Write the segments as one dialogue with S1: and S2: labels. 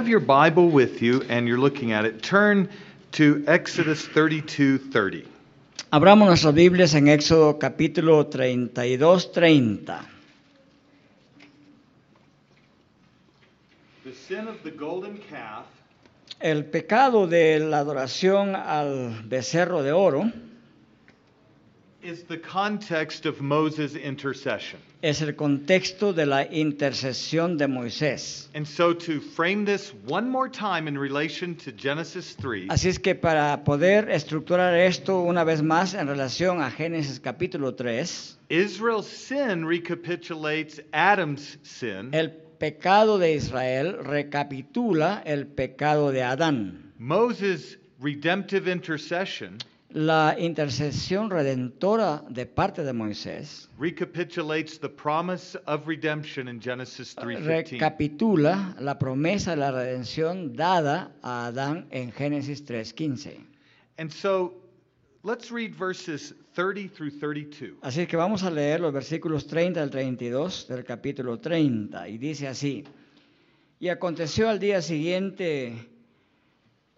S1: have your Bible with you and you're looking at it, turn to Exodus 32:30.
S2: Abramos nuestras Biblias en Éxodo capítulo 32, 30.
S1: The sin of the golden calf
S2: El pecado de la adoración al becerro de oro
S1: is the context of Moses' intercession.
S2: es el contexto de la intercesión de Moisés.
S1: And so to frame this one more time in relation to Genesis 3,
S2: Así es que para poder estructurar esto una vez más en relación a Génesis capítulo 3,
S1: Israel's sin recapitulates Adam's sin.
S2: el pecado de Israel recapitula el pecado de Adán.
S1: Moses' redemptive intercession
S2: La intercesión redentora de parte de Moisés
S1: recapitulates the promise of redemption in Genesis 3:15.
S2: Ah, recapitula la promesa de la redención dada a Adán en Génesis 3.15.
S1: And so let's read verses 30 through 32.
S2: Así que vamos a leer los versículos 30 al 32 del capítulo 30 y dice así, y aconteció al día siguiente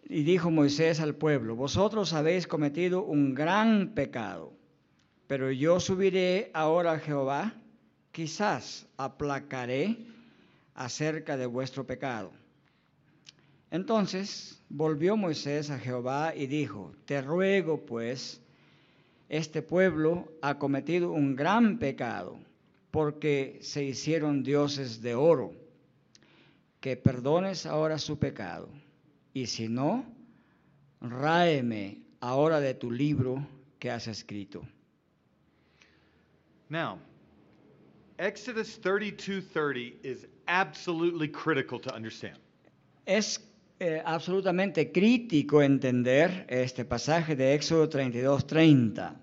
S2: y dijo Moisés al pueblo, vosotros habéis cometido un gran pecado, pero yo subiré ahora a Jehová, quizás aplacaré acerca de vuestro pecado. Entonces volvió Moisés a Jehová y dijo, te ruego pues, este pueblo ha cometido un gran pecado, porque se hicieron dioses de oro, que perdones ahora su pecado, y si no, ráeme ahora de tu libro que has escrito.
S1: Now, Exodus 32:30 is absolutely critical to understand.
S2: Es eh, absolutamente crítico entender este pasaje de Éxodo 32:30,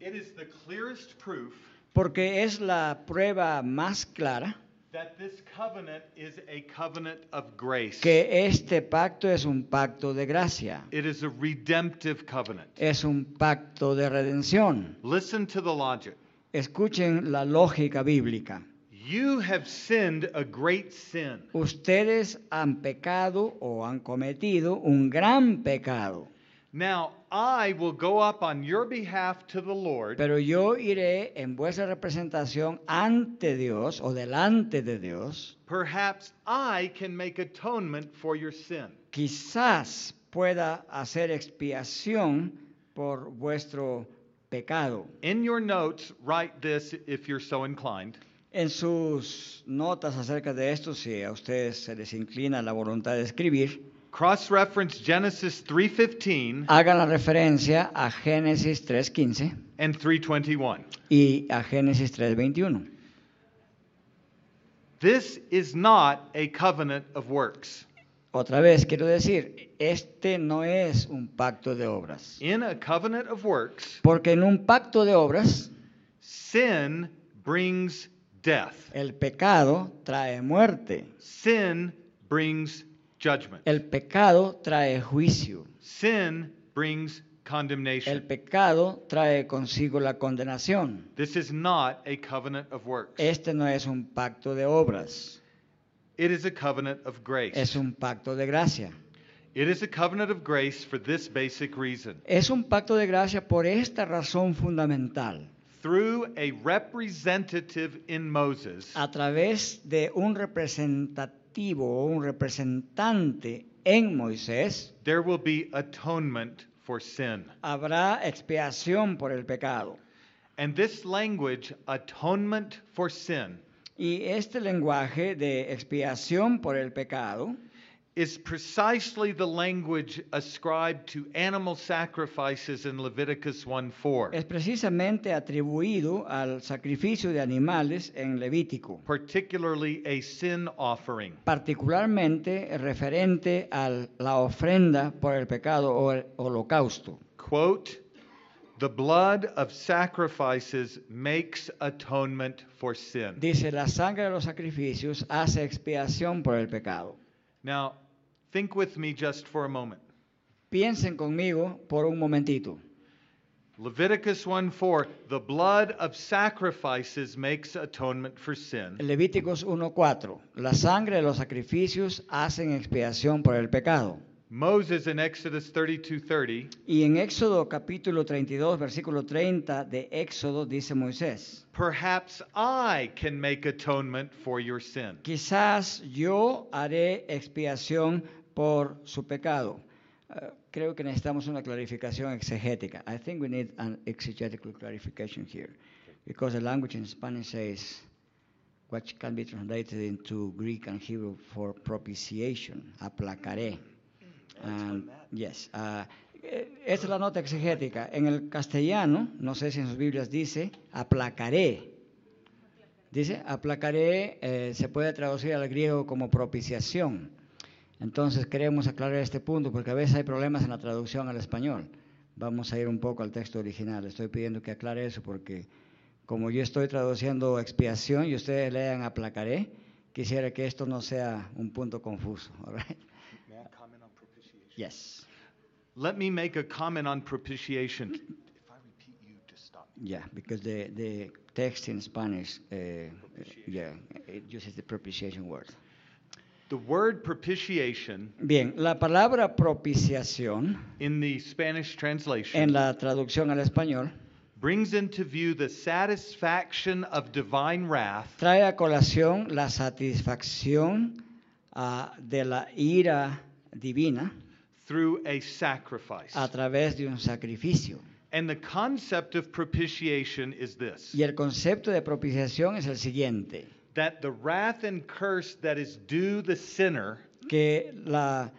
S1: It is the clearest proof
S2: porque es la prueba más clara
S1: that this covenant is a covenant of grace.
S2: que este pacto es un pacto de gracia.
S1: It is a redemptive covenant.
S2: es un pacto de redención.
S1: Listen to the logic.
S2: Escuchen la lógica bíblica.
S1: You have sinned a great sin.
S2: Ustedes han pecado o han cometido un gran pecado,
S1: Now I will go up on your behalf to the Lord
S2: pero yo iré en vuestra representación ante Dios o delante de Dios.
S1: Perhaps I can make atonement for your sin.
S2: Quizás pueda hacer expiación por vuestro pecado.
S1: In your notes, write this if you're so inclined.
S2: En sus notas acerca de esto, si a ustedes se les inclina la voluntad de escribir,
S1: Cross-reference Genesis 3:15
S2: hagan la referencia a Génesis 3.15
S1: and 3:21.
S2: y a Génesis 3.21.
S1: This is not a covenant of works.
S2: Otra vez quiero decir, este no es un pacto de obras.
S1: In a covenant of works,
S2: Porque en un pacto de obras,
S1: sin brings death.
S2: el pecado trae muerte,
S1: Sin brings judgment.
S2: el pecado trae juicio,
S1: Sin brings
S2: el
S1: condemnation.
S2: pecado trae consigo la condenación.
S1: This is not a covenant of works.
S2: Este no es un pacto de obras,
S1: It is a covenant of grace.
S2: es un pacto de gracia.
S1: It is a covenant of grace for this basic reason.
S2: Es un pacto de gracia por esta razón fundamental.
S1: Through a representative in Moses,
S2: a través de un representativo o un representante en Moisés,
S1: there will be atonement for sin.
S2: habrá expiación por el pecado.
S1: And this language, atonement for sin,
S2: Y este lenguaje de expiación por el pecado
S1: is precisely the language ascribed to animal sacrifices in Leviticus 1 4,
S2: es precisamente atribuido al sacrificio de animales en Levítico,
S1: particularly a sin offering.
S2: particularmente referente a la ofrenda por el pecado o el holocausto.
S1: Quote, the blood of sacrifices makes atonement for sin.
S2: Dice, la sangre de los sacrificios hace expiación por el pecado.
S1: Now, think with me just for a moment.
S2: Piensen conmigo por un momentito.
S1: Leviticus 1:4, the blood of sacrifices makes atonement for sin.
S2: Levíticos 1:4. La sangre de los sacrificios hacen expiación por el pecado.
S1: Moses in Exodus 32:30
S2: Y en Éxodo capítulo 32, versículo 30 de Éxodo dice Moisés,
S1: Perhaps I can make atonement for your sin.
S2: quizás yo haré expiación por su pecado. Eh, creo que necesitamos una clarificación exegética. I think we need an exegetical clarification here, because the language in Spanish says what can be translated into Greek and Hebrew for propitiation, aplacaré. And, yes, ah, eh, esa es la nota exegética. En el castellano, no sé si en sus Biblias dice aplacaré. Dice, aplacaré eh, se puede traducir al griego como propiciación. Entonces queremos aclarar este punto porque a veces hay problemas en la traducción al español. Vamos a ir un poco al texto original. Estoy pidiendo que aclare eso porque como yo estoy traduciendo expiación y ustedes lean aplacaré, quisiera que esto no sea un punto confuso. all right?
S3: May I comment on propitiation?
S2: Yes.
S1: Let me make a comment on propitiation.
S3: If I repeat you, just stop me.
S2: Yeah, because the, the text in Spanish, uh, yeah, it uses the propitiation word.
S1: The word propitiation
S2: Bien, la palabra propiciación
S1: in the Spanish translation
S2: en la traducción al español
S1: brings into view the satisfaction of divine wrath
S2: trae a colación la satisfacción ah, de la ira divina
S1: through a sacrifice.
S2: a través de un sacrificio.
S1: And the concept of propitiation is this
S2: Y el concepto de propiciación es el siguiente,
S1: that the wrath and curse that is due the sinner
S2: que la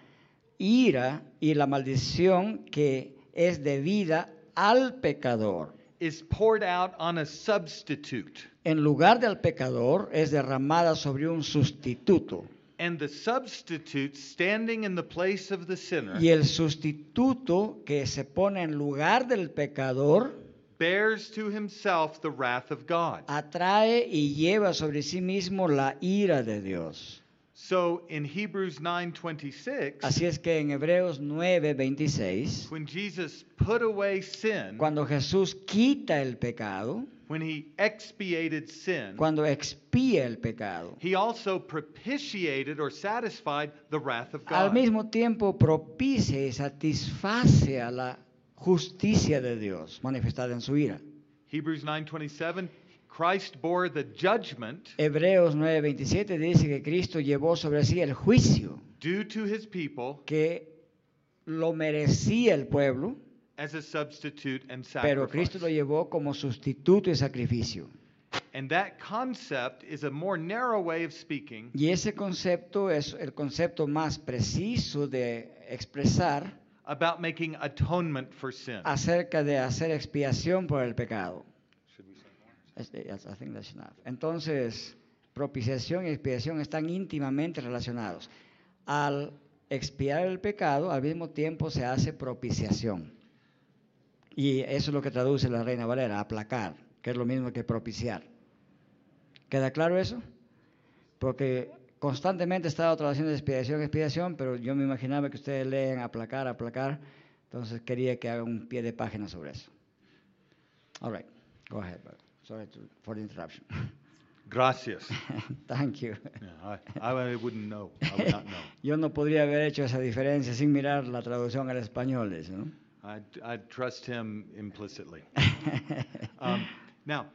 S2: ira y la maldición que es debida al pecador
S1: is poured out on a substitute.
S2: en lugar del pecador es derramada sobre un sustituto.
S1: And the substitute standing in the place of the sinner
S2: Y el sustituto que se pone en lugar del pecador
S1: bears to himself the wrath of God.
S2: atrae y lleva sobre sí mismo la ira de Dios.
S1: So in Hebrews 9:26,
S2: Así es que en Hebreos 9:26,
S1: when Jesus put away sin,
S2: cuando Jesús quita el pecado,
S1: when he expiated sin,
S2: cuando expía el pecado,
S1: he also propitiated or satisfied the wrath of
S2: al
S1: God.
S2: mismo tiempo propicia y satisface a la justicia de Dios manifestada en su ira.
S1: Hebrews 9:27, Christ bore the judgment
S2: Eh. Hebreos 9:27 dice que Cristo llevó sobre sí el juicio
S1: due to his people
S2: que lo merecía el pueblo,
S1: as a substitute and
S2: pero Cristo lo
S1: sacrifice.
S2: llevó como sustituto y sacrificio.
S1: And that concept is a more narrow way of speaking
S2: Y ese concepto es el concepto más preciso de expresar
S1: about making atonement for sin.
S2: acerca de hacer expiación por el pecado.
S3: Should we say more?
S2: Es- eh, es- I think that's enough. Entonces, propiciación y expiación están íntimamente relacionados. Al expiar el pecado, al mismo tiempo se hace propiciación. Y eso es lo que traduce la Reina Valera, aplacar, que es lo mismo que propiciar. ¿Queda claro eso? Porque constantemente he estado traduciendo expiación, expiación, pero yo me imaginaba que ustedes leen aplacar, aplacar. Entonces quería que haga un pie de página sobre eso. All right, go ahead. brother. Sorry to- for the interruption.
S1: Gracias.
S2: Thank you.
S1: Yeah, I, I wouldn't know. I would not know.
S2: Yo no podría haber hecho esa diferencia sin mirar la traducción al español, eso, ¿no?
S1: I, I trust him implicitly. Um, now,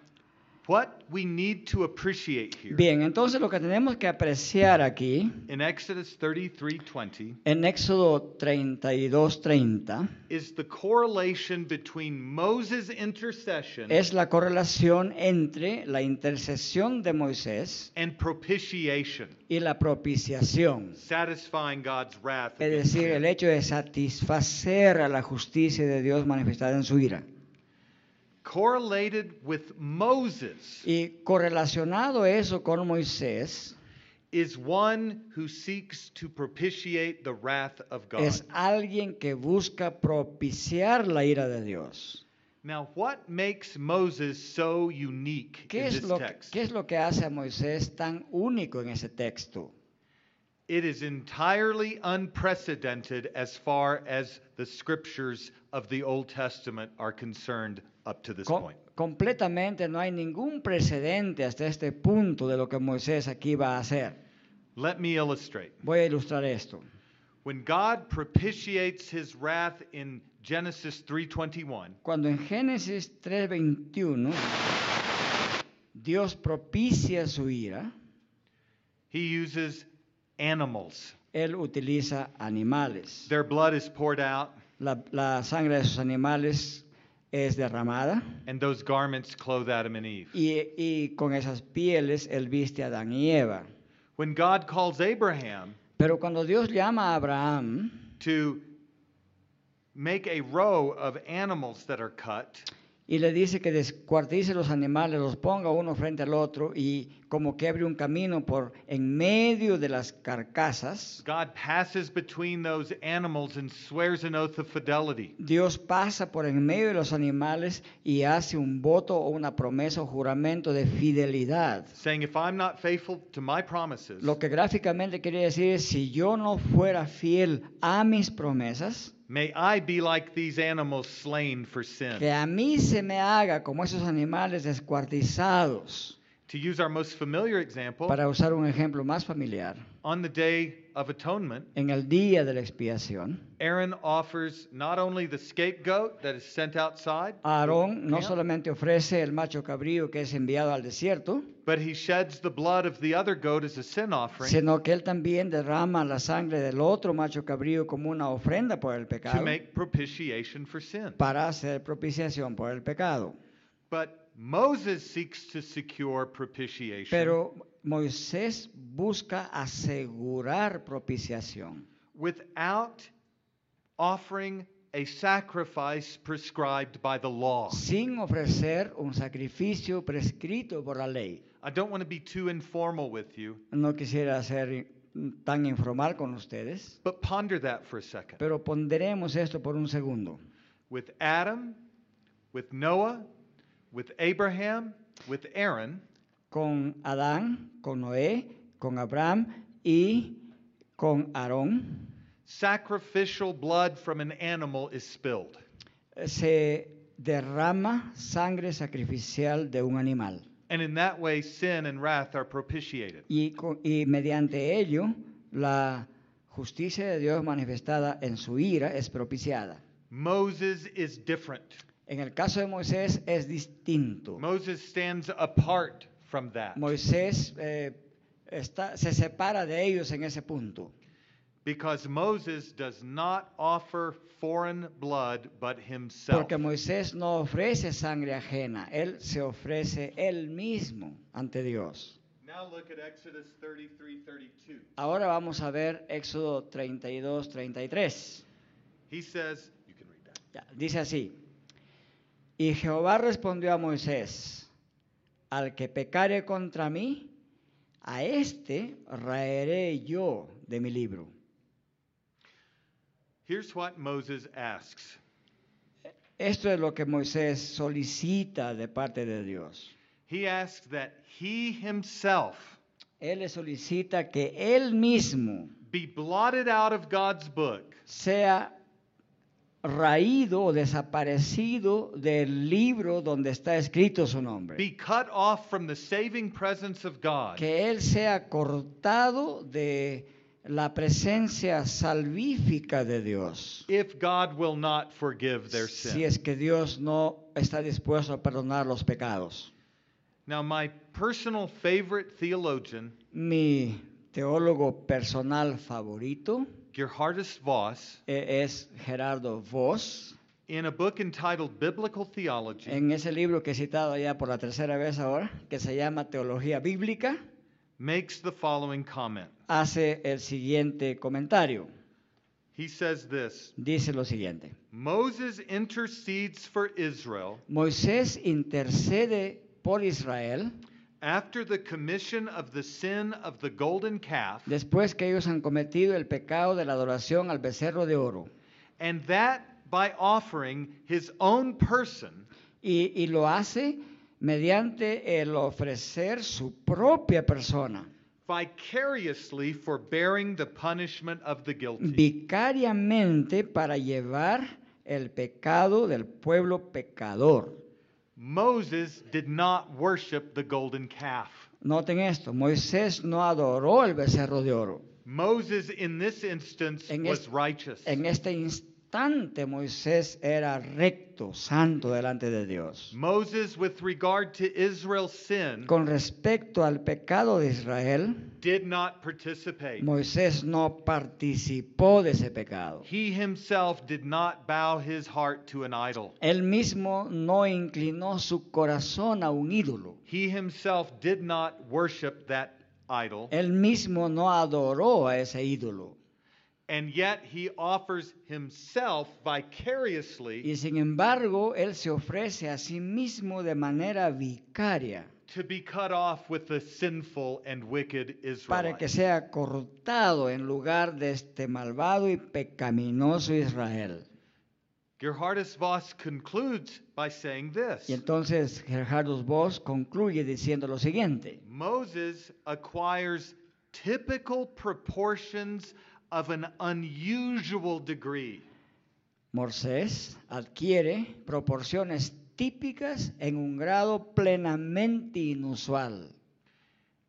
S1: what we need to appreciate here
S2: Bien, entonces lo que tenemos que apreciar aquí
S1: in Exodus 33:20
S2: en Éxodo 32:30
S1: is the correlation between Moses' intercession
S2: es la correlación entre la intercesión de Moisés
S1: and propitiation,
S2: y la propiciación.
S1: satisfying God's wrath.
S2: Es
S1: against
S2: decir,
S1: sin.
S2: el hecho de satisfacer a la justicia de Dios manifestada en su ira.
S1: correlated with Moses
S2: Y correlacionado eso con Moisés,
S1: is one who seeks to propitiate the wrath of God.
S2: es alguien que busca propiciar la ira de Dios.
S1: Now, what makes Moses so unique
S2: ¿Qué
S1: in
S2: es,
S1: this
S2: lo,
S1: text?
S2: qué es lo que hace a Moisés tan único en ese texto?
S1: It is entirely unprecedented as far as the scriptures of the Old Testament are concerned up to this
S2: Com-
S1: point.
S2: completamente no hay ningún precedente hasta este punto de lo que Moisés aquí va a hacer.
S1: Let me illustrate.
S2: Voy a ilustrar esto.
S1: When God propitiates his wrath in Genesis 3:21,
S2: Cuando en Génesis 3:21 Dios propicia su ira,
S1: he uses animals.
S2: Él utiliza animales.
S1: Their blood is poured out
S2: La, la sangre de esos animales es derramada
S1: and those garments clothe Adam and Eve.
S2: y, y con esas pieles Él viste a Adán y Eva.
S1: When God calls Abraham
S2: Pero cuando Dios llama a Abraham
S1: to make a row of animals that are cut,
S2: y le dice que descuartice los animales, los ponga uno frente al otro y como que abre un camino por en medio de las carcasas,
S1: God passes between those animals and swears an oath of fidelity.
S2: Dios pasa por en medio de los animales y hace un voto o una promesa o juramento de fidelidad.
S1: Saying, if I'm not faithful to my promises,
S2: Lo que gráficamente quería decir es, si yo no fuera fiel a mis promesas,
S1: may I be like these animals slain for sin.
S2: que a mí se me haga como esos animales descuartizados.
S1: To use our most familiar example,
S2: Para usar un ejemplo más familiar,
S1: on the Day of Atonement,
S2: en el día de la expiación,
S1: Aaron offers not only the scapegoat that is sent outside,
S2: Aarón no
S1: camp,
S2: solamente ofrece el macho cabrío que es enviado al desierto,
S1: but he sheds the blood of the other goat as a sin offering
S2: sino que él también derrama la sangre del otro macho cabrío como una ofrenda por el
S1: to
S2: pecado.
S1: make propitiation for sin.
S2: para hacer propiciación por el pecado.
S1: But Moses seeks to secure propitiation
S2: Pero Moisés busca asegurar propiciación
S1: without offering a sacrifice prescribed by the law.
S2: sin ofrecer un sacrificio prescrito por la ley.
S1: I don't want to be too informal with you,
S2: No quisiera ser tan informal con ustedes,
S1: but ponder that for a second.
S2: pero ponderemos esto por un segundo.
S1: with Adam, with Noah, with Abraham, with Aaron,
S2: Con Adán, con Noé, con Abraham y con Aarón
S1: sacrificial blood from an animal is spilled.
S2: eh, se derrama sangre sacrificial de un animal.
S1: And in that way, sin and wrath are propitiated.
S2: y, co- y mediante ello la justicia de Dios manifestada en su ira es propiciada.
S1: Moses is different.
S2: En el caso de Moisés es distinto.
S1: Moses stands apart from that
S2: Moisés eh, está- se separa de ellos en ese punto,
S1: because Moses does not offer foreign blood but himself.
S2: porque Moisés no ofrece sangre ajena, él se ofrece él mismo ante Dios.
S1: Now look at Exodus 33 32.
S2: Ahora vamos a ver Éxodo 32, 33.
S1: He says,
S3: You can read that.
S2: Ya, Dice así, y Jehová respondió a Moisés, al que pecare contra mí, a este raeré yo de mi libro.
S1: Here's what Moses asks.
S2: Esto es lo que Moisés solicita de parte de Dios.
S1: He asks that he himself
S2: Él le solicita que él mismo
S1: be blotted out of God's book
S2: sea raído o desaparecido del libro donde está escrito su nombre.
S1: be cut off from the saving presence of God,
S2: que él sea cortado de la presencia salvífica de Dios.
S1: if God will not forgive their sin.
S2: Si es que Dios no está dispuesto a perdonar los pecados.
S1: Now, my personal favorite theologian,
S2: Mi teólogo personal favorito
S1: Gerhardus Voss,
S2: eh, es Gerardo Voss.
S1: in a book entitled Biblical Theology,
S2: En ese libro que he citado ya por la tercera vez ahora, que se llama Teología Bíblica,
S1: makes the following comment.
S2: hace el siguiente comentario.
S1: He says this
S2: Dice lo siguiente.
S1: Moses intercedes for Israel
S2: Moisés intercede por Israel
S1: after the commission of the sin of the golden calf.
S2: después que ellos han cometido el pecado de la adoración al becerro de oro.
S1: And that by offering his own person
S2: Y, y lo hace mediante el ofrecer su propia persona
S1: vicariously for bearing the punishment of the guilty.
S2: vicariamente para llevar el pecado del pueblo pecador.
S1: Moses did not worship the golden calf.
S2: Noten esto, Moisés no adoró el becerro de oro.
S1: Moses, in this instance,
S2: En
S1: was
S2: es-
S1: righteous.
S2: En este instante Moisés era recto, santo delante de Dios.
S1: Moses, with regard to Israel's sin,
S2: Con respecto al pecado de Israel,
S1: did not participate.
S2: Moisés no participó de ese pecado.
S1: He himself did not bow his heart to an idol.
S2: Él mismo no inclinó su corazón a un ídolo.
S1: He himself did not worship that idol.
S2: Él mismo no adoró a ese ídolo.
S1: And yet he offers himself
S2: Y
S1: vicariously
S2: sin embargo, él se ofrece a sí mismo de manera vicaria
S1: to be cut off with the sinful and wicked
S2: para que
S1: Israelites.
S2: sea cortado en lugar de este malvado y pecaminoso Israel.
S1: Gerhardus Voss concludes by saying this
S2: Y entonces Gerhardus Voss concluye diciendo lo siguiente.
S1: Moses acquires typical proportions of an unusual degree.
S2: Moisés adquiere proporciones típicas en un grado plenamente inusual.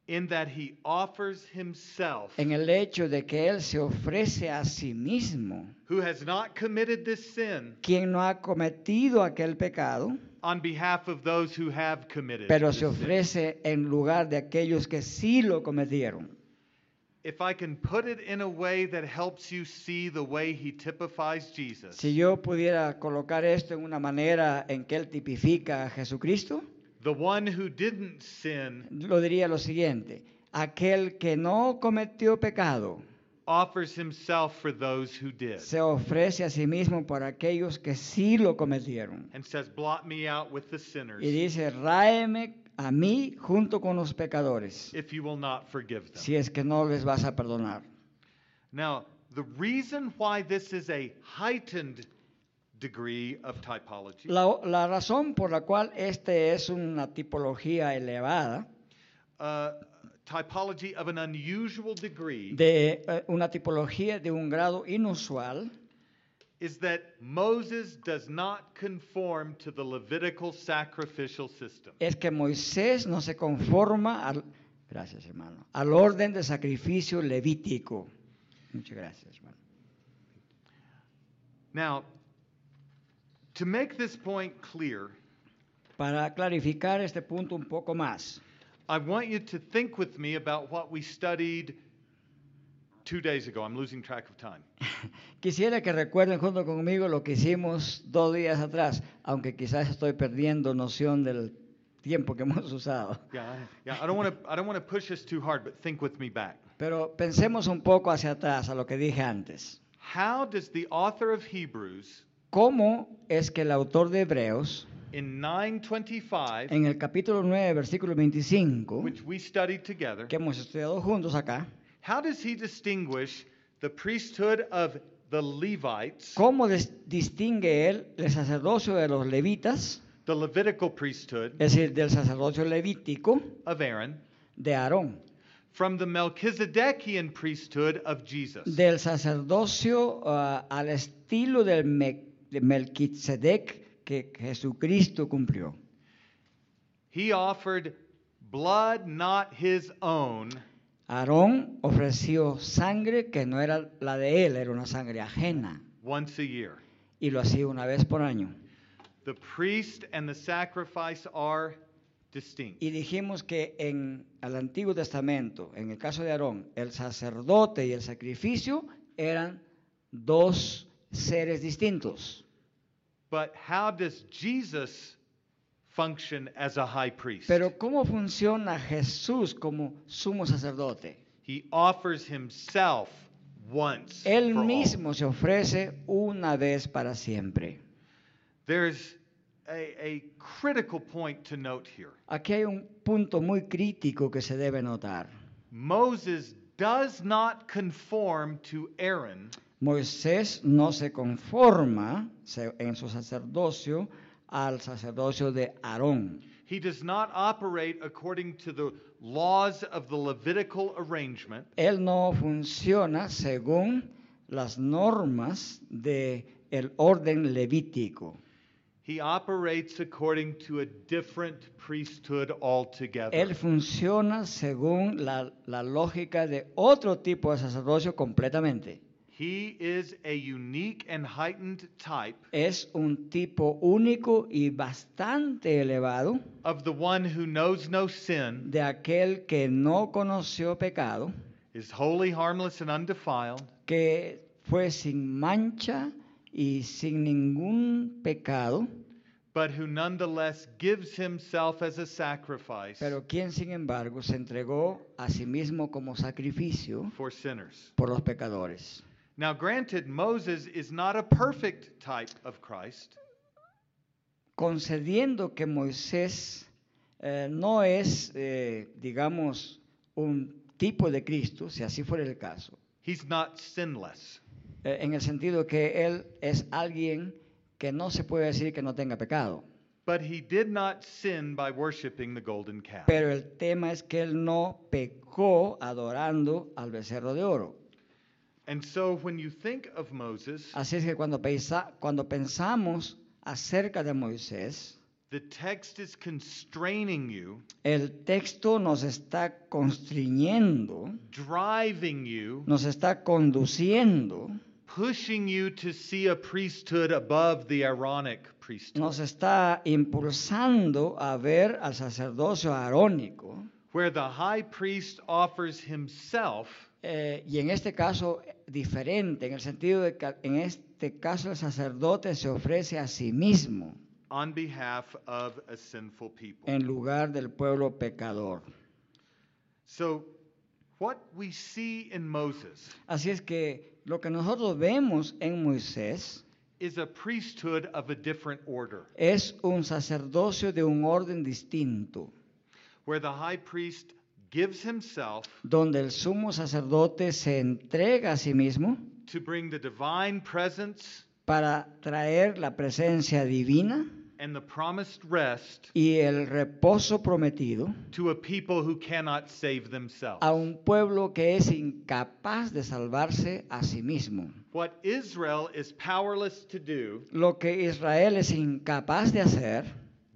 S1: in that he offers himself,
S2: en el hecho de que Él se ofrece a sí mismo,
S1: who has not committed this sin,
S2: quien no ha cometido aquel pecado,
S1: on behalf of those who have committed
S2: pero
S1: this
S2: se
S1: sin.
S2: ofrece en lugar de aquellos que sí lo cometieron.
S1: If I can put it in a way that helps you see the way he typifies Jesus,
S2: Si yo pudiera colocar esto en una manera en que Él tipifica a Jesucristo,
S1: the one who didn't sin
S2: lo diría lo siguiente, aquel que no cometió pecado
S1: offers himself for those who did
S2: se ofrece a sí mismo por aquellos que sí lo cometieron.
S1: and says, Blot me out with the
S2: Y
S1: sinners
S2: dice, ráeme a mí junto con los pecadores,
S1: if you will not forgive them.
S2: si es que no les vas a perdonar.
S1: Now, the reason why this is a heightened degree of typology
S2: La, la razón por la cual este es una tipología elevada,
S1: uh, typology of an unusual degree
S2: de eh, una tipología de un grado inusual,
S1: is that Moses does not conform to the Levitical sacrificial system.
S2: es que Moisés no se conforma al, gracias, hermano, al orden de sacrificio levítico. Muchas gracias, hermano.
S1: Now, to make this point clear,
S2: Para clarificar este punto un poco más,
S1: I want you to think with me about what we studied two days ago. I'm losing track of time.
S2: quisiera que recuerden junto conmigo lo que hicimos dos días atrás, aunque quizás estoy perdiendo noción del tiempo que hemos usado.
S1: Yeah, I, yeah. I don't want to. I don't want to push us too hard, but think with me back.
S2: Pero pensemos un poco hacia atrás a lo que dije antes.
S1: How does the author of Hebrews
S2: ¿Cómo es que el autor de Hebreos,
S1: in 925,
S2: en el capítulo 9, versículo 25,
S1: which we studied together,
S2: que hemos estudiado juntos acá,
S1: How does he distinguish the priesthood of the Levites,
S2: cómo des- distingue él el sacerdocio de los levitas,
S1: the Levitical priesthood
S2: es decir, del sacerdocio levítico
S1: of Aaron,
S2: de Aarón,
S1: from the Melchizedekian priesthood of Jesus?
S2: del sacerdocio ah, al estilo del Me- de Melquisedec que Jesucristo cumplió?
S1: He offered blood not his own
S2: Aarón ofreció sangre que no era la de él, era una sangre ajena,
S1: once a year.
S2: y lo hacía una vez por año.
S1: The priest and the sacrifice are distinct.
S2: Y dijimos que en el Antiguo Testamento, en el caso de Aarón, el sacerdote y el sacrificio eran dos seres distintos.
S1: But how does Jesus function as a high priest?
S2: Pero ¿cómo funciona Jesús como sumo sacerdote?
S1: He offers himself once.
S2: Él
S1: for all.
S2: mismo se ofrece una vez para siempre.
S1: There's a, a critical point to note here.
S2: Aquí hay un punto muy crítico que se debe notar.
S1: Moses does not conform to Aaron
S2: Moisés no se conforma se- en su sacerdocio al sacerdocio de Aarón.
S1: He does not operate according to the laws of the Levitical arrangement.
S2: Él no funciona según las normas de el orden levítico.
S1: He operates according to a different priesthood altogether.
S2: Él funciona según la, la lógica de otro tipo de sacerdocio completamente.
S1: He is a unique and heightened type
S2: Es un tipo único y bastante elevado
S1: of the one who knows no sin,
S2: de aquel que no conoció pecado,
S1: is holy, harmless, and undefiled,
S2: que fue sin mancha y sin ningún pecado,
S1: but who nonetheless gives himself as a sacrifice
S2: pero quien sin embargo se entregó a sí mismo como sacrificio
S1: for sinners.
S2: por los pecadores.
S1: Now, granted, Moses is not a perfect type of Christ,
S2: concediendo que Moisés eh, no es, eh, digamos, un tipo de Cristo, si así fuera el caso,
S1: he's not sinless.
S2: eh, en el sentido que él es alguien que no se puede decir que no tenga pecado.
S1: But he did not sin by worshiping the golden calf.
S2: Pero el tema es que él no pecó adorando al becerro de oro.
S1: And so when you think of Moses,
S2: Así es que cuando, pensa- cuando pensamos acerca de Moisés,
S1: the text is constraining you,
S2: el texto nos está constriñendo,
S1: driving you,
S2: nos está conduciendo,
S1: pushing you to see a priesthood above the Aaronic priesthood,
S2: nos está impulsando a ver al sacerdocio arónico,
S1: where the high priest offers himself
S2: eh, y en este caso diferente, en el sentido de que en este caso el sacerdote se ofrece a sí mismo
S1: on behalf of a sinful people.
S2: en lugar del pueblo pecador.
S1: so, what we see in Moses
S2: Así es que lo que nosotros vemos en Moisés
S1: is a priesthood of a different order,
S2: es un sacerdocio de un orden distinto,
S1: where the high priest gives himself
S2: donde el sumo sacerdote se entrega a sí mismo
S1: to bring the divine presence
S2: para traer la presencia divina
S1: and the promised rest
S2: y el reposo prometido
S1: to a people who cannot save themselves.
S2: a un pueblo que es incapaz de salvarse a sí mismo.
S1: What Israel is powerless to do,
S2: Lo que Israel es incapaz de hacer,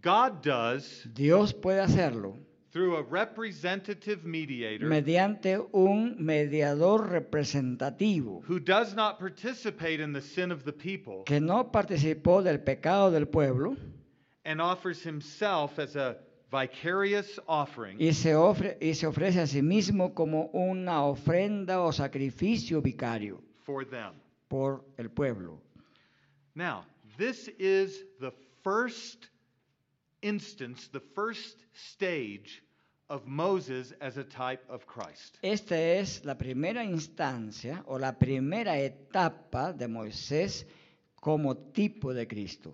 S1: God does
S2: Dios puede hacerlo
S1: through a representative mediator
S2: mediante un mediador representativo
S1: who does not participate in the sin of the people
S2: que no participó del pecado del pueblo,
S1: and offers himself as a vicarious offering
S2: Y se, ofre- y se ofrece a sí mismo como una ofrenda o sacrificio vicario
S1: for them.
S2: por el pueblo.
S1: Now, this is the first instance, the first stage of Moses as a type of Christ.
S2: Esta es la primera instancia o la primera etapa de Moisés como tipo de Cristo.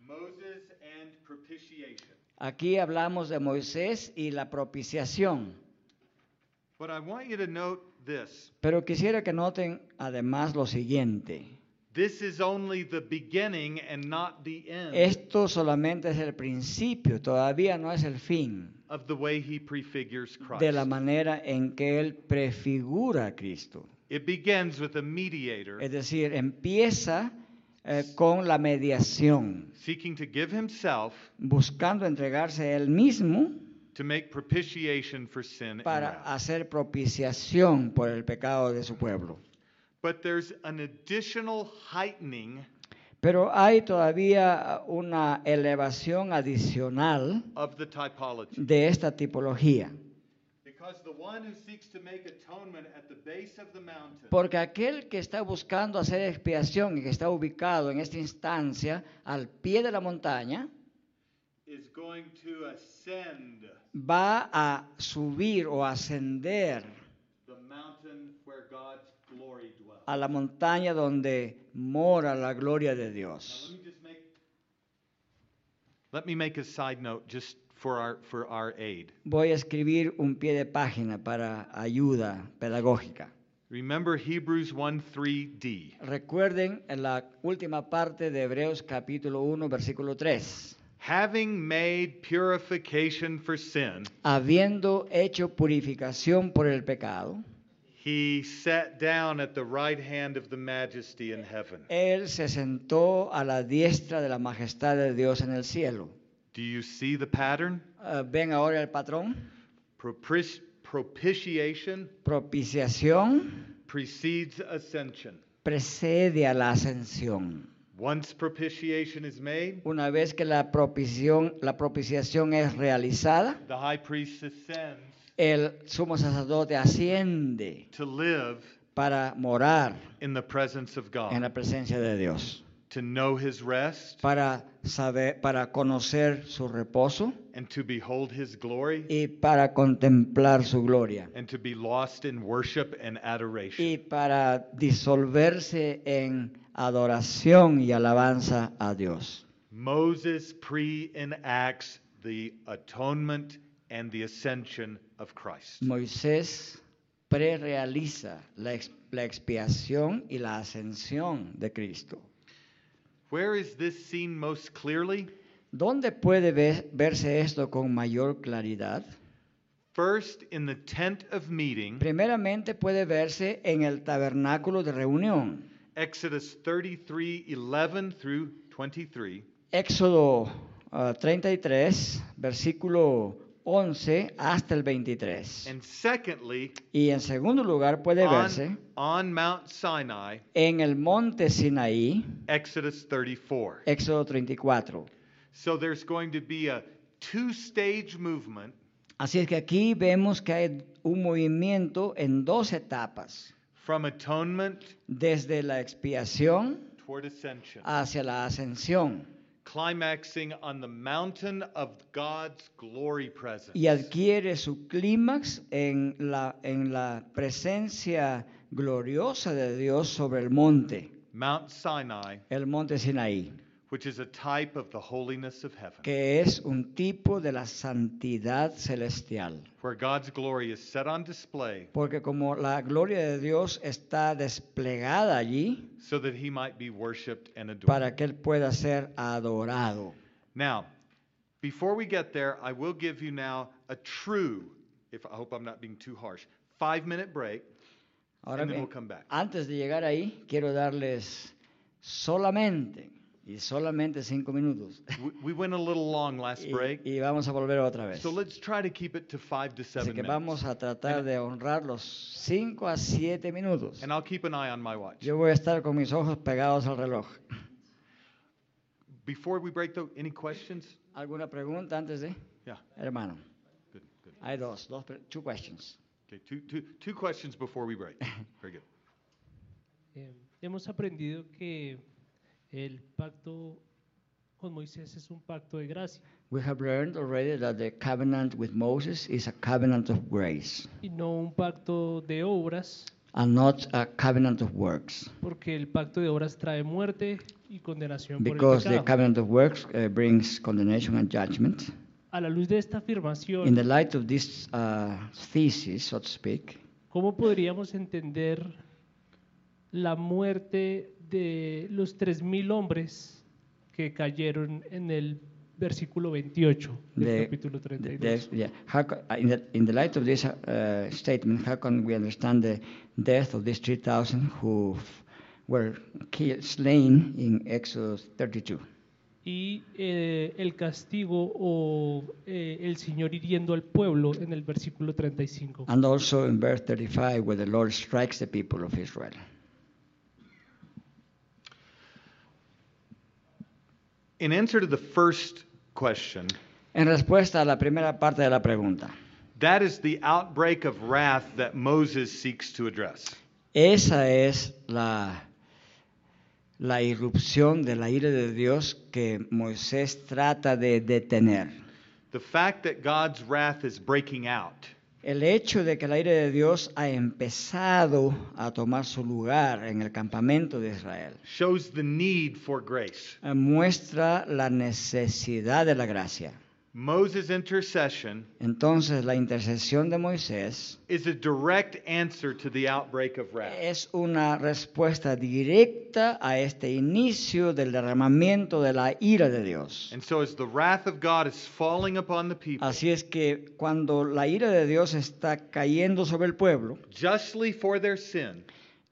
S1: Moses and propitiation.
S2: Aquí hablamos de Moisés y la propiciación,
S1: But I want you to note this.
S2: pero quisiera que noten además lo siguiente.
S1: This is only the beginning and not the end
S2: Esto solamente es el principio, todavía no es el fin
S1: of the way he prefigures Christ.
S2: de la manera en que él prefigura a Cristo.
S1: it begins with a mediator
S2: Es decir, empieza eh, con la mediación,
S1: seeking to give himself
S2: buscando entregarse él mismo
S1: to make propitiation for sin
S2: para
S1: and wrath.
S2: hacer propiciación por el pecado de su pueblo.
S1: But there's an additional heightening
S2: Pero hay todavía una elevación adicional
S1: of the typology.
S2: de esta tipología,
S1: Because the one who seeks to make atonement at the base of the mountain
S2: porque aquel que está buscando hacer expiación y que está ubicado en esta instancia al pie de la montaña,
S1: is going to ascend
S2: va a subir o ascender
S1: the mountain where God's glory dwells.
S2: a la montaña donde mora la gloria de
S1: Now,
S2: Dios.
S1: let me just make let me make a side note just for our for our aid.
S2: Voy a escribir un pie de página para ayuda pedagógica.
S1: Remember Hebrews 1 3d.
S2: Recuerden en la última parte de Hebreos capítulo 1, versículo 3.
S1: having made purification for sin,
S2: habiendo hecho purificación por el pecado,
S1: he sat down at the right hand of the majesty in heaven.
S2: él se sentó a la diestra de la majestad de Dios en el cielo.
S1: Do you see the pattern?
S2: Ah, ven ahora el patrón.
S1: Propici- propitiation
S2: Propiciación
S1: precedes ascension.
S2: precede a la ascensión.
S1: Once propitiation is made,
S2: Una vez que la propiciación, la propiciación es realizada,
S1: the high priest ascends
S2: el sumo sacerdote asciende
S1: to live
S2: para morar
S1: in the presence of
S2: en la
S1: God,
S2: presencia de Dios,
S1: to know his rest
S2: para saber, para conocer su reposo
S1: and to behold his glory
S2: y para contemplar su gloria
S1: and to be lost in worship and adoration.
S2: y para disolverse en adoración y alabanza a Dios.
S1: Moses pre-enacts the atonement and the ascension of Christ.
S2: Moisés prerealiza la, ex- la expiación y la ascensión de Cristo.
S1: Where is this seen most clearly?
S2: ¿Dónde puede ve- verse esto con mayor claridad?
S1: First, in the tent of meeting,
S2: Primeramente puede verse en el tabernáculo de reunión.
S1: Exodus 33 11 through 23.
S2: Éxodo ah, 33, versículo 11 hasta el 23.
S1: And secondly,
S2: Y en segundo lugar puede
S1: Ah,
S2: verse eh?
S1: on, on Mount Sinai,
S2: en el monte Sinaí,
S1: Exodus 34.
S2: Éxodo 34.
S1: So there's going to be a two stage movement
S2: Así es que aquí vemos que hay un movimiento en dos etapas,
S1: from atonement
S2: desde la expiación
S1: toward ascension,
S2: hacia la ascensión,
S1: climaxing on the mountain of God's glory presence.
S2: y adquiere su clímax en la, en la presencia gloriosa de Dios sobre el monte,
S1: Mount Sinai,
S2: el monte Sinaí,
S1: which is a type of the holiness of heaven,
S2: que es un tipo de la santidad celestial.
S1: where God's glory is set on display
S2: Porque como la gloria de Dios está desplegada allí
S1: so that he might be worshiped and adored.
S2: para que Él pueda ser adorado.
S1: Now, before we get there, I will give you now a true, if I hope I'm not being too harsh, five minute break.
S2: Ahora
S1: And then
S2: bien,
S1: we'll come back.
S2: antes de llegar ahí, quiero darles solamente, y solamente cinco minutos.
S1: We, we went a little long last
S2: Y,
S1: break,
S2: y vamos a volver otra vez.
S1: so let's try to keep it to five to
S2: Así
S1: seven
S2: que
S1: minutes.
S2: vamos a tratar de honrar los cinco a siete minutos.
S1: And I'll keep an eye on my watch.
S2: Yo voy a estar con mis ojos pegados al reloj.
S1: Before we break, though, any questions?
S2: ¿Alguna pregunta antes de?
S1: Yeah,
S2: Hermano,
S1: good, good.
S2: hay dos, dos, pre- two questions.
S1: Okay, two, two, two questions before we break. Very good.
S4: Eh, hemos aprendido que el pacto con Moisés es un pacto de gracia
S2: We have learned already that the covenant with Moses is a covenant of grace
S4: y no un pacto de obras,
S2: and not a covenant of works.
S4: porque el pacto de obras trae muerte y condenación
S2: Because
S4: por el
S2: the
S4: pecado.
S2: covenant of works uh, brings condemnation and judgment.
S4: A la luz de esta
S2: In the
S4: afirmación,
S2: light of this uh, thesis, so to speak,
S4: ¿cómo podríamos entender la muerte de los 3.000 hombres que cayeron en el versículo 28 del
S2: the,
S4: capítulo 32?
S2: the- the- yeah, how, co- uh, in, the, in the light of this uh, uh, statement, how can we understand the death of these 3,000 who f- were killed, slain in Exodus 32?
S4: y eh, el castigo o eh, el Señor hiriendo al pueblo en el versículo 35.
S2: And also in verse 35, where the Lord strikes the people of Israel.
S1: In answer to the first question,
S2: En respuesta a la primera parte de la pregunta,
S1: that is the outbreak of wrath that Moses seeks to address.
S2: esa es la, la irrupción de la ira de Dios que Moisés trata de detener.
S1: The fact that God's wrath is breaking out
S2: El hecho de que la ira de Dios ha empezado a tomar su lugar en el campamento de Israel
S1: shows the need for grace.
S2: eh, muestra la necesidad de la gracia.
S1: Moses' intercession
S2: Entonces la intercesión de Moisés
S1: is a direct answer to the outbreak of wrath.
S2: es una respuesta directa a este inicio del derramamiento de la ira de Dios.
S1: And so, as the wrath of God is falling upon the people,
S2: Así es que cuando la ira de Dios está cayendo sobre el pueblo,
S1: justly for their sin,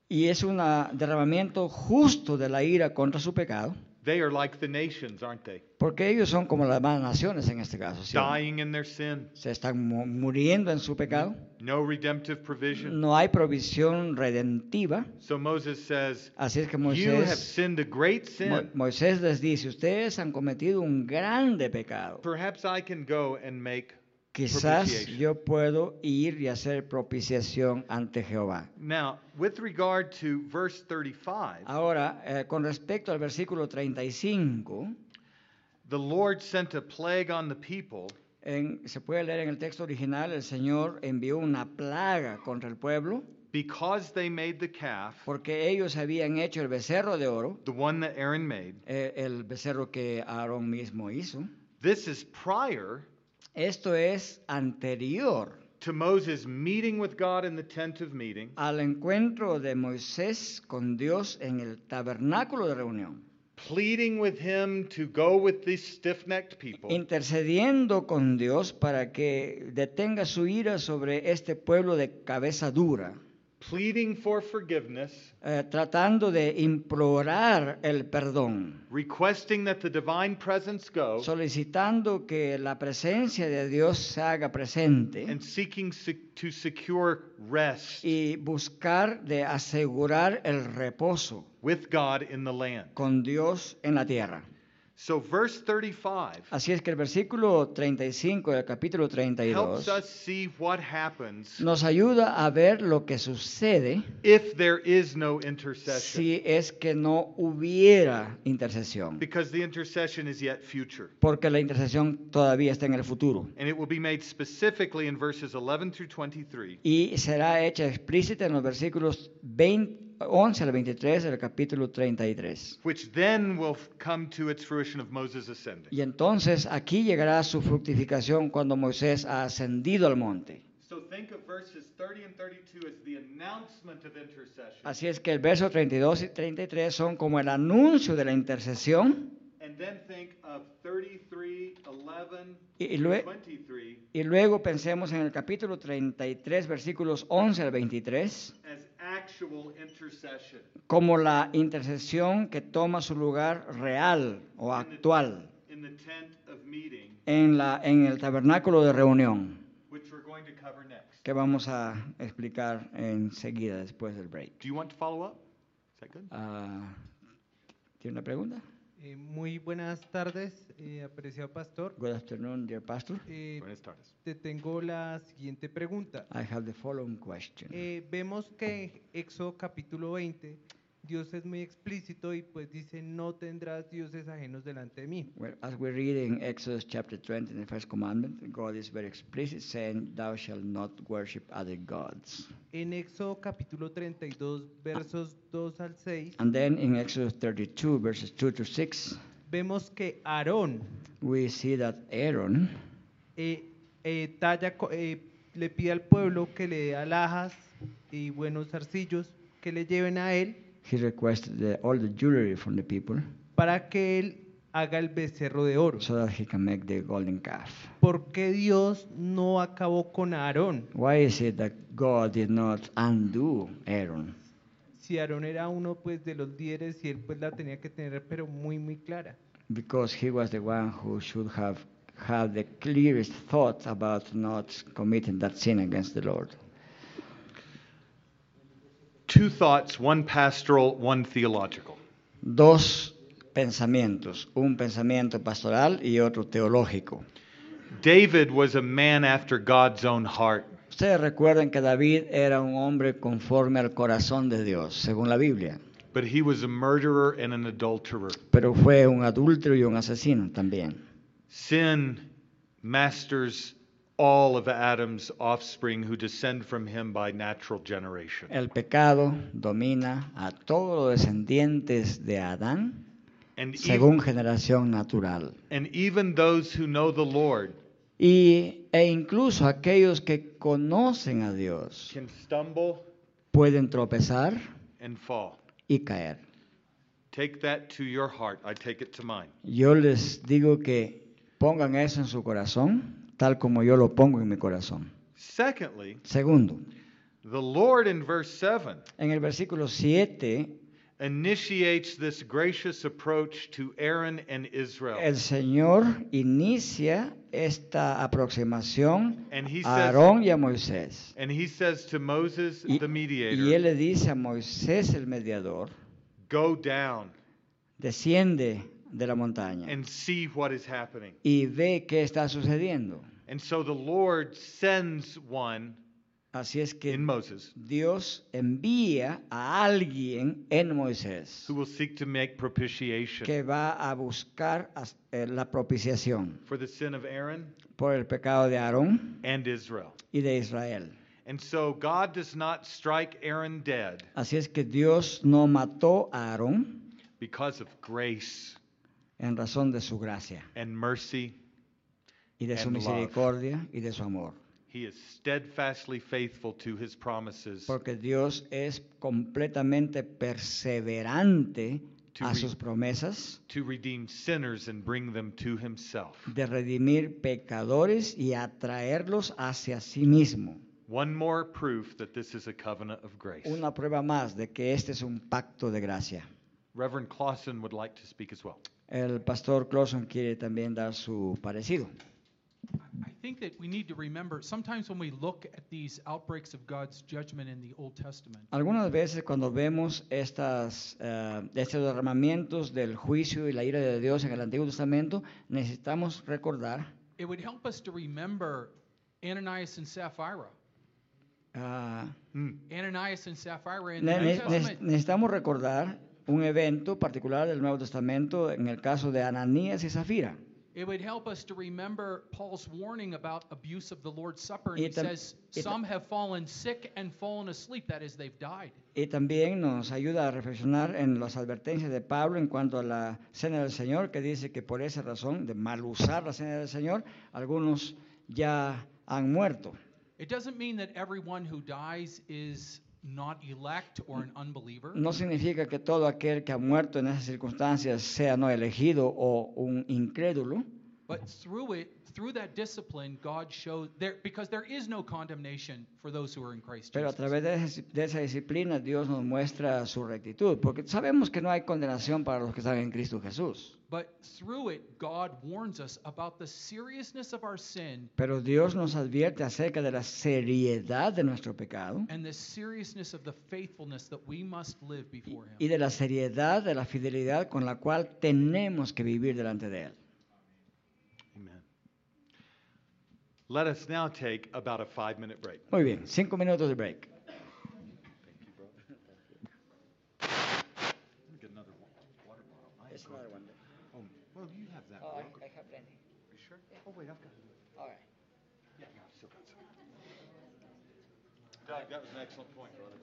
S2: y es un derramamiento justo de la ira contra su pecado,
S1: they are like the nations, aren't they?
S2: porque ellos son como las demás naciones en este caso, ¿sí o no?
S1: Dying in their sin.
S2: se están mu- muriendo en su pecado,
S1: No redemptive provision.
S2: no hay provisión redentiva,
S1: So Moses says,
S2: así es que
S1: You have
S2: Moisés,
S1: sinned a great
S2: Mo-
S1: sin.
S2: Moisés les dice, ustedes han cometido un grande pecado,
S1: Perhaps I can go and make
S2: quizás
S1: propitiation.
S2: yo puedo ir y hacer propiciación ante Jehová.
S1: Now, with regard to verse 35,
S2: Ahora, eh, con respecto al versículo 35,
S1: the Lord sent a plague on the people
S2: en- se puede leer en el texto original, el Señor envió una plaga contra el pueblo
S1: because they made the calf,
S2: porque ellos habían hecho el becerro de oro,
S1: the one that Aaron made.
S2: eh, el becerro que Aarón mismo hizo.
S1: This is prior
S2: Esto es anterior
S1: to Moses meeting with God in the tent of meeting,
S2: al encuentro de Moisés con Dios en el tabernáculo de reunión,
S1: pleading with him to go with these stiff necked people.
S2: intercediendo con Dios para que detenga su ira sobre este pueblo de cabeza dura.
S1: pleading for forgiveness,
S2: eh, tratando de implorar el perdón,
S1: requesting that the divine presence go,
S2: solicitando que la presencia de Dios se haga presente
S1: and seeking sec- to secure rest
S2: y buscar de asegurar el reposo
S1: with God in the land.
S2: con Dios en la tierra.
S1: So, verse 35
S2: Así es que el versículo 35 del capítulo
S1: helps
S2: 32
S1: us see what happens
S2: nos ayuda a ver lo que sucede
S1: if there is no intercession,
S2: si es que no hubiera intercesión,
S1: because the intercession is yet future.
S2: porque la intercesión todavía está en el futuro.
S1: And it will be made specifically in verses 11 through 23.
S2: y será hecha explícita en los versículos 20 11 al 23 del capítulo 33.
S1: Which then will f- come to its fruition of Moses ascending.
S2: Y entonces aquí llegará su fructificación cuando Moisés ha ascendido al monte.
S1: So think of verses 30 and 32 as the announcement of intercession.
S2: Así es que el verso 32 y 33 son como el anuncio de la intercesión
S1: And then think of 33, 11,
S2: y, y lue-
S1: 23
S2: y luego pensemos en el capítulo 33 versículos 11 al 23
S1: as actual intercession.
S2: como la intercesión que toma su lugar real o actual
S1: In the tent of meeting,
S2: en, la, en el tabernáculo de reunión.
S1: which we're going to cover next.
S2: que vamos a explicar enseguida después del break.
S1: Do you want to follow up? Is that good?
S2: Ah, ¿Tiene una pregunta?
S5: Eh, muy buenas tardes, eh, apreciado pastor.
S2: Good afternoon, dear pastor.
S5: Eh,
S1: Buenas tardes.
S5: te tengo la siguiente pregunta.
S2: I have the following question.
S5: Eh, vemos que en Éxodo capítulo 20, Dios es muy explícito y pues dice, no tendrás dioses ajenos delante de mí.
S2: Well, as we read in Exodus chapter 20, in the first commandment, God is very explicit, saying, "Thou shalt not worship other gods."
S5: En Éxodo capítulo 32, versos 2 al 6,
S2: And then in Exodus 32, verses 2 to 6,
S5: vemos que Aarón
S2: we see that Aaron
S5: eh, eh, talla co- eh, le pide al pueblo que le dé alhajas y buenos zarcillos que le lleven a él
S2: he requested the, all the jewelry from the people
S5: para que él haga el becerro de oro.
S2: so that he can make the golden calf.
S5: ¿Por qué Dios no acabó con Aarón?
S2: Why is it that God did not undo Aaron?
S5: Si Aarón era uno pues de los líderes y él pues la tenía que tener pero muy muy clara.
S2: Because he was the one who should have had the clearest thought about not committing that sin against the Lord.
S1: Two thoughts, one pastoral, one theological.
S2: Dos pensamientos, un pensamiento pastoral y otro teológico.
S1: David was a man after God's own heart.
S2: Ustedes recuerdan que David era un hombre conforme al corazón de Dios, según la Biblia,
S1: But he was a murderer and an adulterer.
S2: pero fue un adúltero y un asesino también.
S1: Sin masters all of Adam's offspring who descend from him by natural generation.
S2: El pecado domina a todos los descendientes de Adán
S1: And, ev-
S2: según generación natural.
S1: and even those who know the Lord
S2: Y, e incluso aquellos que conocen a Dios
S1: can stumble
S2: pueden tropezar
S1: and fall.
S2: y caer.
S1: Take that to your heart. I take it to mine.
S2: Yo les digo que pongan eso en su corazón, tal como yo lo pongo en mi corazón.
S1: Secondly,
S2: Segundo,
S1: the Lord in verse 7
S2: en el versículo 7,
S1: initiates this gracious approach to Aaron and Israel.
S2: el Señor inicia esta aproximación
S1: And he
S2: a
S1: says-
S2: Aarón y a Moisés.
S1: and he says to Moses,
S2: Y,
S1: the mediator,
S2: y él le dice a Moisés el mediador,
S1: go down
S2: desciende de la montaña
S1: and see what is happening.
S2: y ve qué está sucediendo.
S1: And so the Lord sends one
S2: Así es que
S1: in Moses
S2: Dios envía a alguien en Moisés
S1: who will seek to make propitiation
S2: que va a buscar as- eh, la propiciación
S1: for the sin of Aaron
S2: por el pecado de Aarón
S1: and Israel.
S2: y de Israel.
S1: And so God does not strike Aaron dead
S2: Así es que Dios no mató a Aarón
S1: because of grace
S2: en razón de su gracia
S1: and mercy.
S2: y de su
S1: And love.
S2: misericordia y de su amor,
S1: He is steadfastly faithful to his promises
S2: porque Dios es completamente perseverante
S1: To
S2: a
S1: re-
S2: sus promesas
S1: to redeem sinners and bring them to himself.
S2: de redimir pecadores y atraerlos hacia sí mismo.
S1: One more proof that this is a covenant of grace.
S2: Una prueba más de que este es un pacto de gracia.
S1: Reverend Clausen would like to speak as well.
S2: El pastor Clausen quiere también dar su parecido.
S6: I think that we need to remember sometimes when we look at these outbreaks of God's judgment in the Old Testament,
S2: Algunas veces cuando vemos estas, eh, estos derramamientos del juicio y la ira de Dios en el Antiguo Testamento, necesitamos recordar
S6: it would help us to remember Ananias and Sapphira.
S2: ah,
S1: Mm.
S6: Ananias and Sapphira in the
S2: Ne-
S6: New
S2: ne- ne-
S6: Testament.
S2: necesitamos recordar un evento particular del Nuevo Testamento en el caso de Ananías y Zafira.
S6: It would help us to remember Paul's warning about abuse of the Lord's Supper. And
S2: Y
S6: he
S2: tam-
S6: says,
S2: y tam-
S6: Some have fallen sick and fallen asleep, that is, they've died.
S2: Y también nos ayuda a reflexionar en las advertencias de Pablo en cuanto a la cena del Señor, que dice que por esa razón de mal usar la cena del Señor, algunos ya han muerto.
S6: It doesn't mean that everyone who dies is not elect or an unbeliever.
S2: No significa que todo aquel que ha muerto en esas circunstancias sea no elegido o un incrédulo,
S6: But through it, through that discipline, God shows there because there is no condemnation for those who are in Christ
S2: pero a
S6: Jesus.
S2: través de esa, de esa disciplina Dios nos muestra su rectitud, porque sabemos que no hay condenación para los que están en Cristo Jesús.
S6: But through it, God warns us about the seriousness of our sin
S2: Pero Dios nos advierte acerca de la seriedad de nuestro pecado.
S6: and the seriousness of the faithfulness that we must live before Him.
S2: y de la seriedad, de la fidelidad con la cual tenemos que vivir delante de Él.
S1: Amen. Let us now take about a five minute break.
S2: Muy bien, cinco minutos de break.
S3: Get another wa- water bottle. I ain't going to. Oh, well, you have that.
S2: Oh,
S3: one. You sure? Oh, wait, I've got it. Yeah, no, I've still got some.
S1: Doug, that was an excellent point, brother.